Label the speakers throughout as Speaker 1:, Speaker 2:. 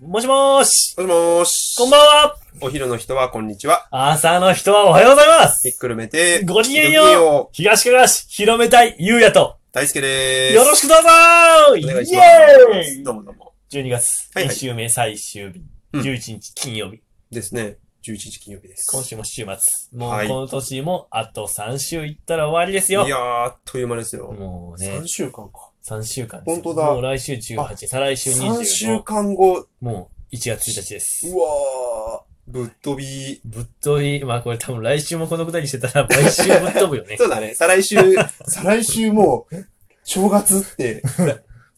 Speaker 1: もしもーし
Speaker 2: もしもーし。
Speaker 1: こんばんは
Speaker 2: お昼の人は、こんにちは。
Speaker 1: 朝の人はおはようございます
Speaker 2: ひっくるめて、
Speaker 1: ごきげんよう
Speaker 2: う
Speaker 1: 東かがし、広めたい、ゆうやと、
Speaker 2: 大輔でーす。
Speaker 1: よろしくどうぞ
Speaker 2: お願いし
Speaker 1: イ
Speaker 2: ま
Speaker 1: エー
Speaker 2: す。
Speaker 1: イ
Speaker 2: どうもどうも。
Speaker 1: !12 月、
Speaker 2: はい
Speaker 1: 2
Speaker 2: はい
Speaker 1: 週目最終日、
Speaker 2: うん
Speaker 1: 11日金曜日、
Speaker 2: ですね。11日金曜日です。
Speaker 1: 今週も週末、も
Speaker 2: は
Speaker 1: う
Speaker 2: い
Speaker 1: この年もあと3週いったら終わりです
Speaker 2: い
Speaker 1: よ
Speaker 2: やー、あっという間ですよ。
Speaker 1: もうね
Speaker 2: 3、週間か。
Speaker 1: 3週間ですよ。
Speaker 2: 本当だ
Speaker 1: もう来週18、再来週
Speaker 2: 3
Speaker 1: 25。
Speaker 2: 週間後、
Speaker 1: もう1月1日です。
Speaker 2: うわー、ぶっ飛び。
Speaker 1: ぶっ飛び、まあこれ多分来週もこのくだりしてたら、毎週ぶっ飛ぶよね。
Speaker 2: そうだね。再来 週、再来週もう、正月って、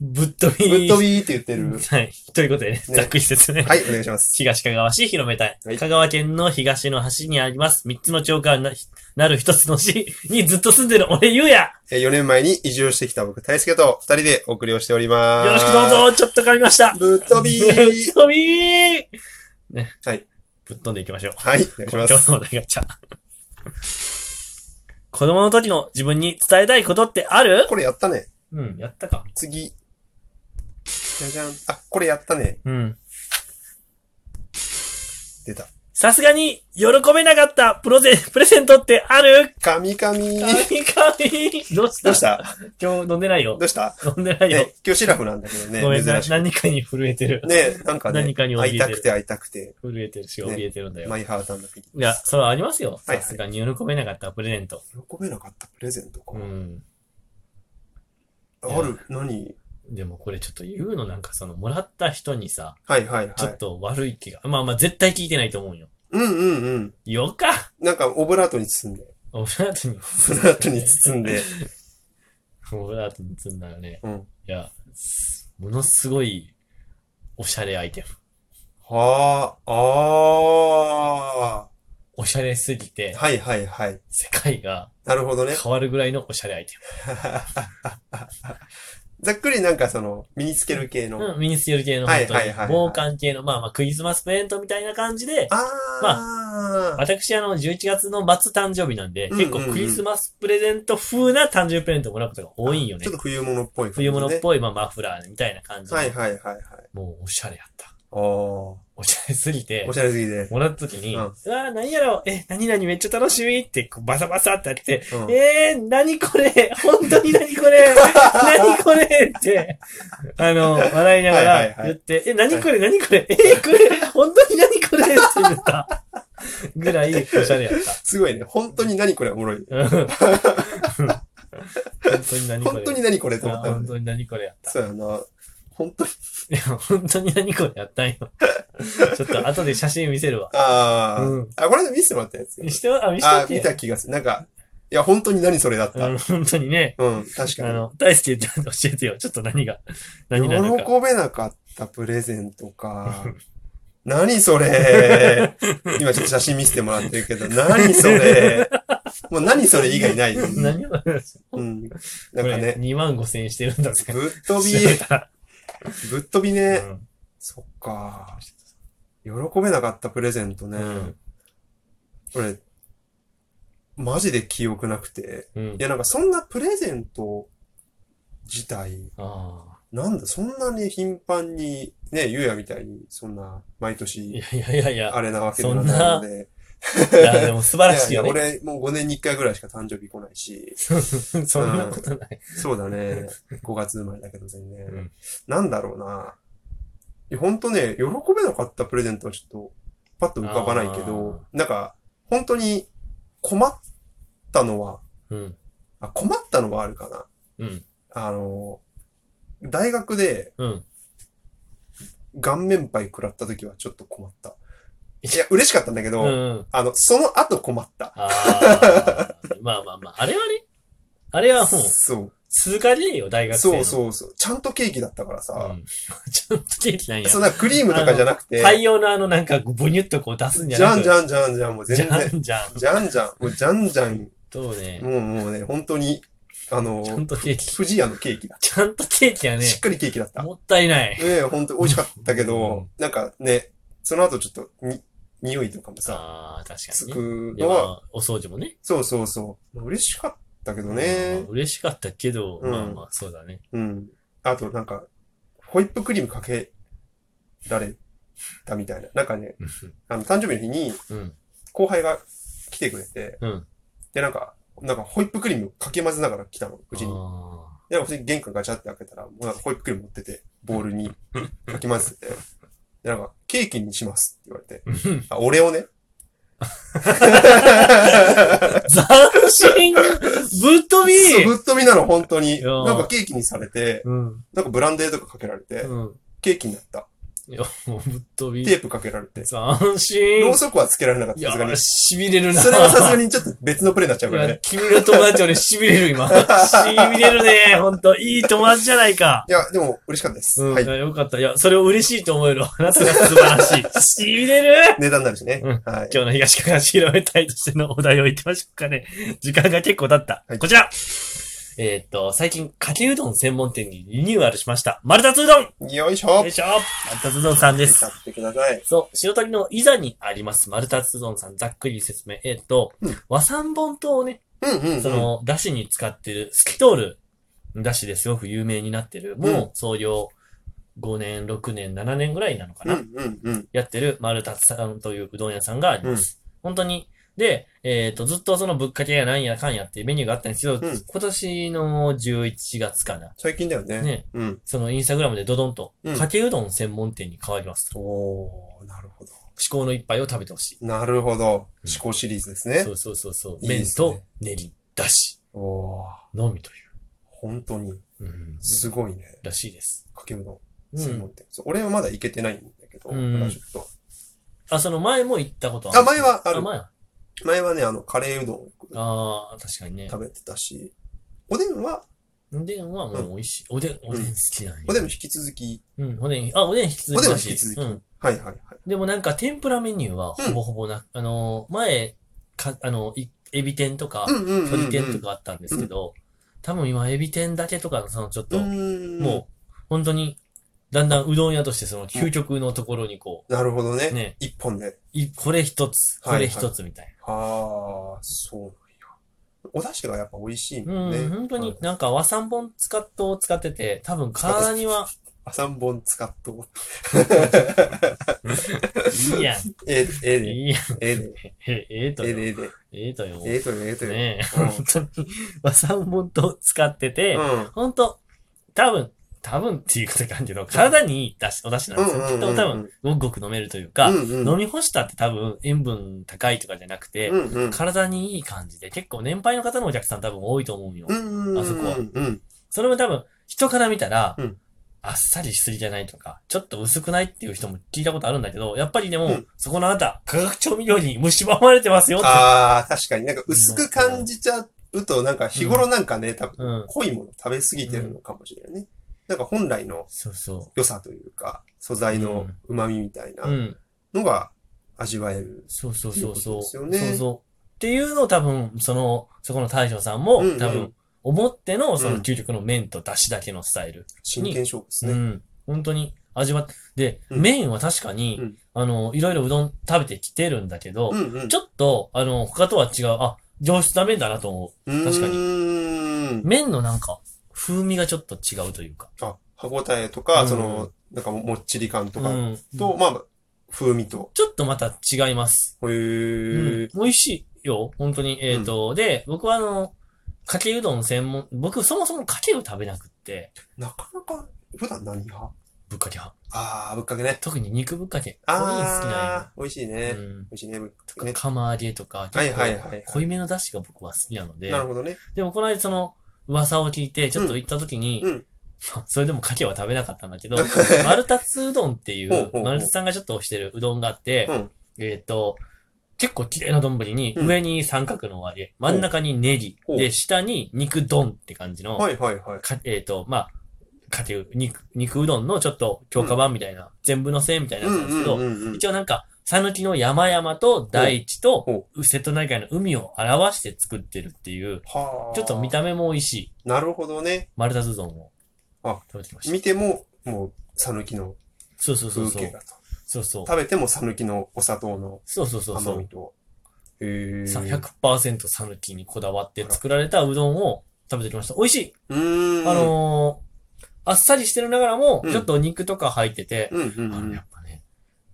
Speaker 1: ぶっ飛
Speaker 2: ぶ
Speaker 1: び。
Speaker 2: っ飛びって言ってる。
Speaker 1: はい。ということでね、ざっくり説明。
Speaker 2: はい、お願いします。
Speaker 1: 東かがわ市広めたい。
Speaker 2: はい
Speaker 1: 香川県の東の端にあります、三つの町からななる一つの市にずっと住んでる俺ゆうや
Speaker 2: えー4年前に移住してきた僕、大輔と2人でお送りをしておりまー
Speaker 1: よろ
Speaker 2: す。
Speaker 1: しくどうぞちょっと噛みました
Speaker 2: ぶっ飛 び
Speaker 1: ぶっ飛びーね。
Speaker 2: はい。
Speaker 1: ぶっ飛んでいきましょう。
Speaker 2: はい、お願いし
Speaker 1: 今
Speaker 2: ま
Speaker 1: 日
Speaker 2: す。
Speaker 1: のお題ガチャ。子供の時の自分に伝えたいことってある
Speaker 2: これやったね。
Speaker 1: うん、やったか。
Speaker 2: 次。じゃじゃん。あ、これやったね。
Speaker 1: うん。
Speaker 2: 出た。
Speaker 1: さすがに、喜べなかったプロゼ、プレゼントってある
Speaker 2: 神
Speaker 1: 神
Speaker 2: 神。
Speaker 1: 々どうした
Speaker 2: どうした
Speaker 1: 今日飲んでないよ
Speaker 2: ど。うした
Speaker 1: 飲んでないよ。
Speaker 2: ね、今日シラフなんだけどね。
Speaker 1: ごめんな
Speaker 2: 珍、しく。
Speaker 1: 何かに震えてる。
Speaker 2: ね、なんかね、
Speaker 1: 何かに怯え
Speaker 2: 会
Speaker 1: てる
Speaker 2: いたくて会いたくて、
Speaker 1: 震えてるし、怯えてるんだよ。
Speaker 2: マイハートの時
Speaker 1: いや、それはありますよ。
Speaker 2: はいは
Speaker 1: さす
Speaker 2: い
Speaker 1: がに喜べなかったプレゼント。
Speaker 2: 喜べなかったプレゼントか
Speaker 1: う。ん。
Speaker 2: ある何
Speaker 1: でもこれちょっと言うのなんかその、もらった人にさ、
Speaker 2: はいはいは
Speaker 1: ちょっ
Speaker 2: い。
Speaker 1: と悪い気が、まあまあ絶対聞いてないと思うよ。
Speaker 2: うんうんうん。
Speaker 1: よか
Speaker 2: なんか、オブラートに包んで。
Speaker 1: オブラートに、
Speaker 2: オブラートに包んで。
Speaker 1: オブラートに積んだらね、
Speaker 2: うん。
Speaker 1: いや、すものすごい、おしゃれアイテム。
Speaker 2: はあ、あ
Speaker 1: おしゃれすぎて
Speaker 2: ー。、はいはいはい。
Speaker 1: 世界が
Speaker 2: なるほどね。
Speaker 1: 変わるぐらいのおしゃれアイテ
Speaker 2: ざっくりなんかその、身につける系
Speaker 1: ム。
Speaker 2: の。
Speaker 1: うん、ミニステル系の
Speaker 2: は
Speaker 1: 本
Speaker 2: い
Speaker 1: 当
Speaker 2: はい
Speaker 1: に、
Speaker 2: はいはい
Speaker 1: 防寒系の、まあまあクリスマスプレゼントみたいな感じで、
Speaker 2: ああ。
Speaker 1: 私、あの、11月の末誕生日なんで、
Speaker 2: うんうんう
Speaker 1: 結
Speaker 2: ん
Speaker 1: 構クリスマスプレゼント風な誕生日プレゼントをもらうことが多いんよね
Speaker 2: ちょっ。と冬物っぽい感じ、ね。
Speaker 1: 冬物っぽい、まあ、マフラーみたいな感じで。
Speaker 2: はいはいはいはい。
Speaker 1: もう、おしゃれやった。
Speaker 2: ああ。お
Speaker 1: おしゃれすぎて、
Speaker 2: しゃれすぎて。
Speaker 1: もらった時に、
Speaker 2: う
Speaker 1: うんわー何やろうえ、何々めっちゃ楽しみって、こうバサバサってあって、
Speaker 2: うん
Speaker 1: えー、何これ本当に何こ れ何これって、あの、笑いなが
Speaker 2: はいはい
Speaker 1: ら
Speaker 2: はい
Speaker 1: 言って、え、何これ何これえー、これ本当に何これって言った。ぐらい、おしゃれやった。
Speaker 2: すごいね。本当に何これおもろい。
Speaker 1: うん本当に何これ
Speaker 2: 本当に何これと
Speaker 1: あ
Speaker 2: 思った
Speaker 1: 本
Speaker 2: の。
Speaker 1: 当に何これやった。
Speaker 2: そうやな。本当に。
Speaker 1: いや、本当に何これやったんよ。ちょっと後で写真見せるわ。
Speaker 2: ああ、
Speaker 1: うん
Speaker 2: あ、これ見せてもらったやつ。
Speaker 1: 見しては、あ、見
Speaker 2: あ
Speaker 1: し
Speaker 2: ー
Speaker 1: て
Speaker 2: 見た気がする。なんか、いや、本当に何それだった。
Speaker 1: うん、本当にね。
Speaker 2: うん、確
Speaker 1: あ
Speaker 2: かに。
Speaker 1: の、大好きって教えてよ。ちょっと何が、何なの
Speaker 2: 喜
Speaker 1: か。
Speaker 2: べなかったプレゼント か。何それ今ちょっと写真見せてもらってるけど、何そ れもう何それ以外ない。う
Speaker 1: 何をなんか
Speaker 2: ん。なんか
Speaker 1: ね、
Speaker 2: ね、
Speaker 1: 2万5千円してるんだぜ。
Speaker 2: ぶっ飛び
Speaker 1: 調、べたら
Speaker 2: ぶっ飛びね。
Speaker 1: うん
Speaker 2: そっか。喜べなかったプレゼントね。
Speaker 1: うん
Speaker 2: 俺、マジで記憶なくて。
Speaker 1: うん
Speaker 2: い。や、なんかそんなプレゼント自体、
Speaker 1: ああ。
Speaker 2: なんだ、そんなに頻繁に、ね、ゆうやみたいに、そんな、毎
Speaker 1: い
Speaker 2: 年、
Speaker 1: やいやいやいや。
Speaker 2: あれなわけではないので。
Speaker 1: いや、でも素晴らしいよ
Speaker 2: いやい
Speaker 1: ね。。
Speaker 2: や俺、もう5年に1回ぐらいしか誕生日来ない し
Speaker 1: そんなことない。
Speaker 2: そうだ ね。5月生まれだけど全然。
Speaker 1: うん
Speaker 2: なんだろうな。いやほんとね、喜べなかったプレゼントはちょっと、パッと浮かばないけど、なんか、本当に困ったのは、
Speaker 1: うん。
Speaker 2: あ困ったのはあるかな。
Speaker 1: うん。
Speaker 2: あの、大学で
Speaker 1: うん。
Speaker 2: 顔面パイ食らった時はちょっと困った。いや、嬉しかったんだけ
Speaker 1: う
Speaker 2: ど、
Speaker 1: んうん。
Speaker 2: あの、その後困った。
Speaker 1: あーまあまあまあ、あれはね、あれはもう、
Speaker 2: そう。
Speaker 1: 数回でいいよ、大学生
Speaker 2: そ
Speaker 1: の。
Speaker 2: うそうそう。ちゃんとケーキだったから
Speaker 1: う
Speaker 2: さ、
Speaker 1: ん ちゃんとケーキなんや。
Speaker 2: そんなクリームとかじゃなくて、
Speaker 1: 太陽のあの、なんか、ボニュッとこう出すんじゃ
Speaker 2: じゃ
Speaker 1: なんく
Speaker 2: じゃんじゃんじゃん、もう全然。
Speaker 1: じゃんじゃん。
Speaker 2: じゃんじゃん、もうじゃんじゃん、
Speaker 1: どうね。
Speaker 2: もうもうね、本当に、あの
Speaker 1: ちゃ、んとケーキ。
Speaker 2: 富士屋のケーキだ。
Speaker 1: ちゃんとケーキやね。
Speaker 2: しっかりケーキだった。ね
Speaker 1: もったいない。
Speaker 2: え、本当美味しかったけど、なんかね、その後ちょっと、に、匂いとかもさ、
Speaker 1: ああ、確か
Speaker 2: つ
Speaker 1: にね。
Speaker 2: く
Speaker 1: いや
Speaker 2: の
Speaker 1: ま
Speaker 2: は、
Speaker 1: あお掃除もね。
Speaker 2: そうそうそう。嬉しかったけど
Speaker 1: まあ
Speaker 2: ね。
Speaker 1: 嬉しかったけど、
Speaker 2: うん
Speaker 1: まあまあ、そうだね。
Speaker 2: うん。あとなんか、ホイップクリームかけられたみたいな。なんかね、あの、誕生日の日に
Speaker 1: うん。
Speaker 2: 後輩が来てくれて、
Speaker 1: うん。
Speaker 2: で、なんか、なんかホイップクリームかけ混ぜながら来たの、うちに。
Speaker 1: あ
Speaker 2: で、普通に玄関ガチャって開けたら、もうなんかホイップクリーム持ってて、ボールにかき混ぜてて、で、なんか、ケーキにしますって言われて、
Speaker 1: ー。
Speaker 2: あ、俺をね。
Speaker 1: 斬新ぶっ飛び
Speaker 2: そうぶっ飛びなの、本当に。
Speaker 1: いやー
Speaker 2: なんかケーキにされて、
Speaker 1: うん。
Speaker 2: なんかブランデーとかかけられて、
Speaker 1: うん。
Speaker 2: ケーキになった。
Speaker 1: いや、もうぶっ飛び。
Speaker 2: テープかけられて、
Speaker 1: 斬
Speaker 2: ろう
Speaker 1: 新
Speaker 2: そくはつけられなかっ
Speaker 1: い
Speaker 2: た、さすが
Speaker 1: や、
Speaker 2: に。
Speaker 1: しびれるな。
Speaker 2: それはさすがにちょっと別のプレイになっちゃう
Speaker 1: い
Speaker 2: から
Speaker 1: や
Speaker 2: ね。、
Speaker 1: 君の友達俺しびれる 今。しびれるね。ほんと。いい友達じゃないか。
Speaker 2: いや、でも嬉しかったです。
Speaker 1: うん、
Speaker 2: はい
Speaker 1: い。やよかった。いや、それを嬉しいと思える お話が素晴らしい。しびれる
Speaker 2: 値段になるしね。
Speaker 1: うん
Speaker 2: はい。
Speaker 1: 今日の東かがし広めたいとしてのお題を言ってましょうかね。時間が結構経った。
Speaker 2: はい
Speaker 1: こちらえーっと、最近、かけうどん専門店にリニューアルしました。丸達うどんよ
Speaker 2: よいしょ
Speaker 1: いしょ丸達うどんさんです。
Speaker 2: 買ってください。
Speaker 1: そう、白鳥のイザにあります、丸太ツゾンさん、ざっくり説明。えっ、と、
Speaker 2: うん
Speaker 1: 和三盆糖をね、
Speaker 2: うんうん、うん。
Speaker 1: その、だしに使ってる、透き通るだしですごく有名になってる、もう創業5年、6年、7年ぐらいなのか
Speaker 2: うん
Speaker 1: な、
Speaker 2: うんうん。
Speaker 1: やってる丸太さんといううどん屋さんがあります。本当に。で、えっ、と、ずっとそのぶっかけやなんやかんやっていうメニューがあったんですけど、
Speaker 2: ん
Speaker 1: 今年の11月かな。
Speaker 2: 最近だよね。
Speaker 1: ね、
Speaker 2: うん。
Speaker 1: そのインスタグラムでドドンと
Speaker 2: うん、
Speaker 1: かけうどん専門店に変わりますと。
Speaker 2: おー、なるほど。
Speaker 1: 至高の一杯を食べてほしい。
Speaker 2: なるほど。思考シリーズですね
Speaker 1: そ。うそうそうそう。
Speaker 2: いいで
Speaker 1: 麺
Speaker 2: すね
Speaker 1: と練り、だし
Speaker 2: おー、
Speaker 1: のみとい
Speaker 2: 本当に、
Speaker 1: う。うん
Speaker 2: すごいね。
Speaker 1: らしいです。
Speaker 2: かけうどん
Speaker 1: う
Speaker 2: 専門
Speaker 1: ん。
Speaker 2: 店。そう俺はまだ行けてないんだけど、
Speaker 1: うん
Speaker 2: まだちょっと。
Speaker 1: あ、その前も行ったこと
Speaker 2: あ前はある
Speaker 1: あ、前は
Speaker 2: 前はね、あの、カレーうどんを
Speaker 1: あー確かにね。
Speaker 2: 食べてたし、おでんは、
Speaker 1: おでんはもう美味しい。おでん、おでん好きなんや。
Speaker 2: おでんも引き続き、
Speaker 1: うん、おでん、あ、おでん引き続き
Speaker 2: おでんは
Speaker 1: だ
Speaker 2: 引き
Speaker 1: し。
Speaker 2: 続き。
Speaker 1: うん。
Speaker 2: はいはいはい。
Speaker 1: でもなんか天ぷらメニューはほぼほぼな、あのー、前、か、あの、いエビ天とか
Speaker 2: う、んうんうん、うん。
Speaker 1: 鶏天とかあったんですけど、多分今エビ天だけとか、そのちょっ
Speaker 2: う
Speaker 1: と、
Speaker 2: ん。
Speaker 1: もう、本当に、だんだんうどん屋としてその究極のところにこう、
Speaker 2: なるほどね。
Speaker 1: ね
Speaker 2: 一本で。
Speaker 1: い、これ一つ、これ一つみたい
Speaker 2: ああ、そうなんや。お出汁がやっぱ美味しい
Speaker 1: な。
Speaker 2: もんね。
Speaker 1: うん、本当に
Speaker 2: はい。
Speaker 1: なんか和三本使っとを使ってて、多分体に は、
Speaker 2: 3本使っと。
Speaker 1: いいやん、
Speaker 2: ええ、ええで、
Speaker 1: いいやん、
Speaker 2: ええで、
Speaker 1: え、ええと
Speaker 2: ええ
Speaker 1: よ、
Speaker 2: で、ええで、
Speaker 1: ええとよ。
Speaker 2: ええとよ、ええとよ。
Speaker 1: ねえ、
Speaker 2: うん
Speaker 1: 本当に和三本と使ってて、
Speaker 2: うん。
Speaker 1: 本当多分、多分っていうことかんけど、体にいいだし、お出汁なんですよ。きっと多分、ごくごく飲めるというか、
Speaker 2: うんうん
Speaker 1: 飲み干したって多分塩分高いとかじゃなくて、
Speaker 2: うんうん。
Speaker 1: 体にいい感じで、結構年配の方のお客さん多分多いと思うよ。
Speaker 2: うんうん。
Speaker 1: あそこは
Speaker 2: うんうん。
Speaker 1: それも多分、人から見たら、
Speaker 2: うん
Speaker 1: あっさりしすぎじゃないとか、ちょっと薄くないっていう人も聞いたことあるんだけど、やっぱりでも、
Speaker 2: うん
Speaker 1: そこのあなた、化学調味料に蝕まれてますよって。
Speaker 2: ああ、確かになんか薄く感じちゃうと、なんか日頃なんかね、多分
Speaker 1: うん。
Speaker 2: 濃いもの食べ過ぎてるのかもしれないね。なんか本来の
Speaker 1: そうそ。
Speaker 2: 良さというか、素材の旨味みたいう
Speaker 1: う。
Speaker 2: なんのが味わえる。
Speaker 1: そうそうそうそう。
Speaker 2: っていうことですよね
Speaker 1: そうそう。っていうのを多分、その、そこの大将さんも、
Speaker 2: うんうん
Speaker 1: 多分、思っての、そうの
Speaker 2: ん
Speaker 1: 究極の麺と出汁だけのスタイル。
Speaker 2: 真剣勝負です
Speaker 1: う
Speaker 2: ね。
Speaker 1: ん。本当に味わって、で、
Speaker 2: うん
Speaker 1: 麺は確かに、
Speaker 2: うん
Speaker 1: あの、いろいろうどん食べてきてるんだけど、
Speaker 2: うんうん。
Speaker 1: ちょっと、あの、他とは違う、あ、上質な麺だなと思う。確かに
Speaker 2: うーん。
Speaker 1: 麺のなんか、風味がちょっと違うというか。
Speaker 2: あ、歯応えとか、
Speaker 1: うん
Speaker 2: その、なんかもっちり感と
Speaker 1: う
Speaker 2: か
Speaker 1: ん、
Speaker 2: と、まあ、風味と。
Speaker 1: ちょっとまた違います。
Speaker 2: へ
Speaker 1: うん
Speaker 2: ー。
Speaker 1: 美味しいよ。本当に。えっ、と、で、僕はあの、かけうどん専門、僕そもそもかけを食べなくって、
Speaker 2: なかなか、普段何派
Speaker 1: ぶっかけ派。
Speaker 2: あー、ぶっかけね。
Speaker 1: 特に肉ぶっかけ。
Speaker 2: あー、美味しい
Speaker 1: これ好
Speaker 2: ね
Speaker 1: き。なんよ。
Speaker 2: 美味しいね、ぶっか
Speaker 1: う
Speaker 2: け
Speaker 1: ん。
Speaker 2: ね。
Speaker 1: 釜揚げとか、
Speaker 2: はい
Speaker 1: 結構
Speaker 2: はいはい。
Speaker 1: 濃いめの出汁が僕は好きなので、
Speaker 2: なるほどね。
Speaker 1: でもこの間その、噂を聞いて、ちょっと行った時に、
Speaker 2: うん
Speaker 1: それでもかけは食べなかったんだ けど、マルタツうどんってい
Speaker 2: ほうほう
Speaker 1: う
Speaker 2: ほ、う
Speaker 1: マルタツさんがちょっと推してるうどんがあって、
Speaker 2: うん
Speaker 1: えっ、と、結構綺麗な丼に、
Speaker 2: うん
Speaker 1: 上に三角の割れ、真ん中にネギ、
Speaker 2: ほう
Speaker 1: で、下に肉丼って感じの、
Speaker 2: はいはいはい。
Speaker 1: かえっ、と、まあ、かけう、肉、肉うどんのちょっと強化版みたいな、全部のせみたいな
Speaker 2: う
Speaker 1: やつなんんですけ
Speaker 2: う
Speaker 1: ど、
Speaker 2: んうんうん。
Speaker 1: 一応なんか、讃岐の山々と大地と
Speaker 2: ほ、
Speaker 1: 瀬戸内海の海を表して作ってるっていう、
Speaker 2: はあ。
Speaker 1: ちょっと見。た目も美味しい、
Speaker 2: なるほどね。
Speaker 1: マルタツうどんを
Speaker 2: あ
Speaker 1: 食べてきました。
Speaker 2: 見ても、もう、さぬきの
Speaker 1: そうそうそう
Speaker 2: 風
Speaker 1: そ
Speaker 2: 景
Speaker 1: う。
Speaker 2: だと。
Speaker 1: そうそう。
Speaker 2: 食べてもさぬきのお砂糖の
Speaker 1: そうそうそうそ
Speaker 2: 甘
Speaker 1: う
Speaker 2: み。と。へー。
Speaker 1: さ100%サヌキにこだわって作られたうどんを食べてきました。美味しい、
Speaker 2: うーん。
Speaker 1: あ、のー、あっさりしてるながらも
Speaker 2: う、ん
Speaker 1: ちょっとお肉とか入ってて、
Speaker 2: うんうんう
Speaker 1: あの、や
Speaker 2: ん。
Speaker 1: っぱね、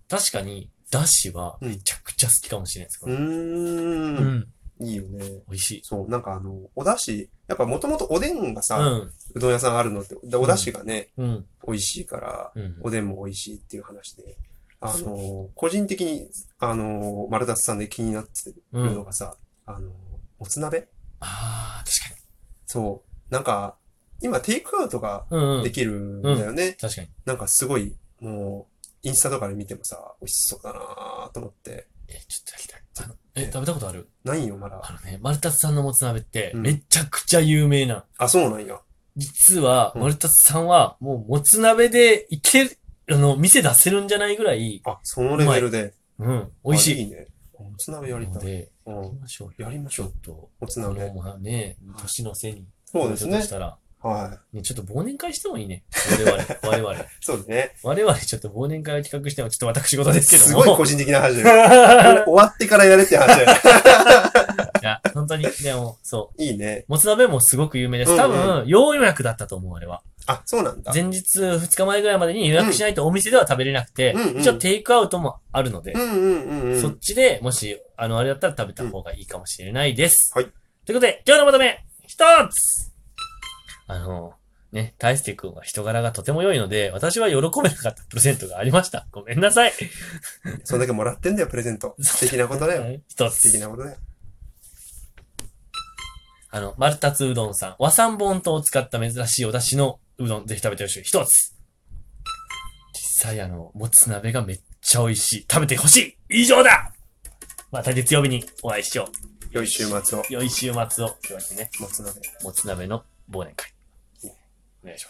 Speaker 1: 確かに、だしはめちゃくちゃ好きかもしれないです。こ
Speaker 2: う
Speaker 1: れう
Speaker 2: ー。
Speaker 1: んん。
Speaker 2: いいよね。
Speaker 1: 美味しい。
Speaker 2: そう、なんかあの、お出汁、やっぱもともとおでんが
Speaker 1: う
Speaker 2: さ、
Speaker 1: ん。
Speaker 2: うどん屋さんあるのって、でお出汁がね、
Speaker 1: うん。
Speaker 2: 美味しいから、
Speaker 1: うん。
Speaker 2: おでんも美味しいっていう話で、あの、個人的に、あの、丸達さんで気になってる
Speaker 1: う
Speaker 2: の
Speaker 1: ん。
Speaker 2: がさ、あの、もつ鍋
Speaker 1: ああ、確か
Speaker 2: そう。なんか、今テイクアウトが
Speaker 1: に。うん、う
Speaker 2: で
Speaker 1: ん。
Speaker 2: きるんだよね。
Speaker 1: 確かに。
Speaker 2: なんかすごい、もう、インスタとかで見てもさ、美味しそうだなーと思って。
Speaker 1: え、ちょっとやりたい。あのえ、食べたことある
Speaker 2: ないよ、まだ。
Speaker 1: あのね、丸達さんのもつ鍋って、
Speaker 2: うん
Speaker 1: めちゃくちゃ有名なの。
Speaker 2: あ、そうなんや。
Speaker 1: 実は、
Speaker 2: うん
Speaker 1: 丸達さんは、もう、もつ鍋でいける、あの、店出せるんじゃないぐらい、
Speaker 2: あ、そのレベルで。
Speaker 1: うん、美味し
Speaker 2: あ
Speaker 1: い。
Speaker 2: いいね。もつ鍋やり
Speaker 1: の
Speaker 2: たい。
Speaker 1: で、
Speaker 2: う
Speaker 1: 行き
Speaker 2: ん。
Speaker 1: ましょうよ。
Speaker 2: やりまし
Speaker 1: ち
Speaker 2: ょ
Speaker 1: ょ
Speaker 2: う
Speaker 1: っ。と、
Speaker 2: もつ
Speaker 1: この
Speaker 2: 鍋。
Speaker 1: まあね、年のせいに、
Speaker 2: そうです
Speaker 1: こい
Speaker 2: ね
Speaker 1: ことしたら、
Speaker 2: は
Speaker 1: ね、ちょっと忘年会してもいいね。我々、我々。
Speaker 2: い。そうですね。
Speaker 1: 我々ちょっと忘年会を企画しても、ちょっと私事ですけども。
Speaker 2: すごい個人的な話だよ終わってからやれって話だよ。
Speaker 1: いや、本当に、でも、そう。
Speaker 2: いいね。
Speaker 1: もつ鍋もすごく有名で
Speaker 2: う
Speaker 1: す。
Speaker 2: んうん
Speaker 1: 多分、要予約だったと思う、あれは。
Speaker 2: あ、そうなんだ。
Speaker 1: 前日2日前ぐらいまでに予約しないとお店では食べれなくて
Speaker 2: うんう、ん
Speaker 1: 一応テイクアウトもあるので
Speaker 2: う、んうんうんう
Speaker 1: そっ
Speaker 2: ん。
Speaker 1: ちでもし、あの、あれだったら食べた方がいいかもしれないです。
Speaker 2: うんはい。
Speaker 1: ということで、今日のまとめ、一つあの、ね、大輔くんは人柄がとても良いので、私は喜べなかったプレゼントがありました。ごめんなさい。
Speaker 2: そんだけもらってんだよ、プレゼント。素敵なことだ よ。
Speaker 1: 一
Speaker 2: 素敵
Speaker 1: つ。
Speaker 2: なことだよ。
Speaker 1: あの、丸タツうどんさん、和三盆糖を使った珍しいお出汁のうどん、ぜひ食べてほしい。一つ。実際あの、もつ鍋がめっちゃ美味しい。食べてほしい以上だまた月曜日にお会いしよ
Speaker 2: 良い週末を。
Speaker 1: う。良い週末を。というわけでね。
Speaker 2: もつ鍋。
Speaker 1: もつ鍋の忘年会。お願いします。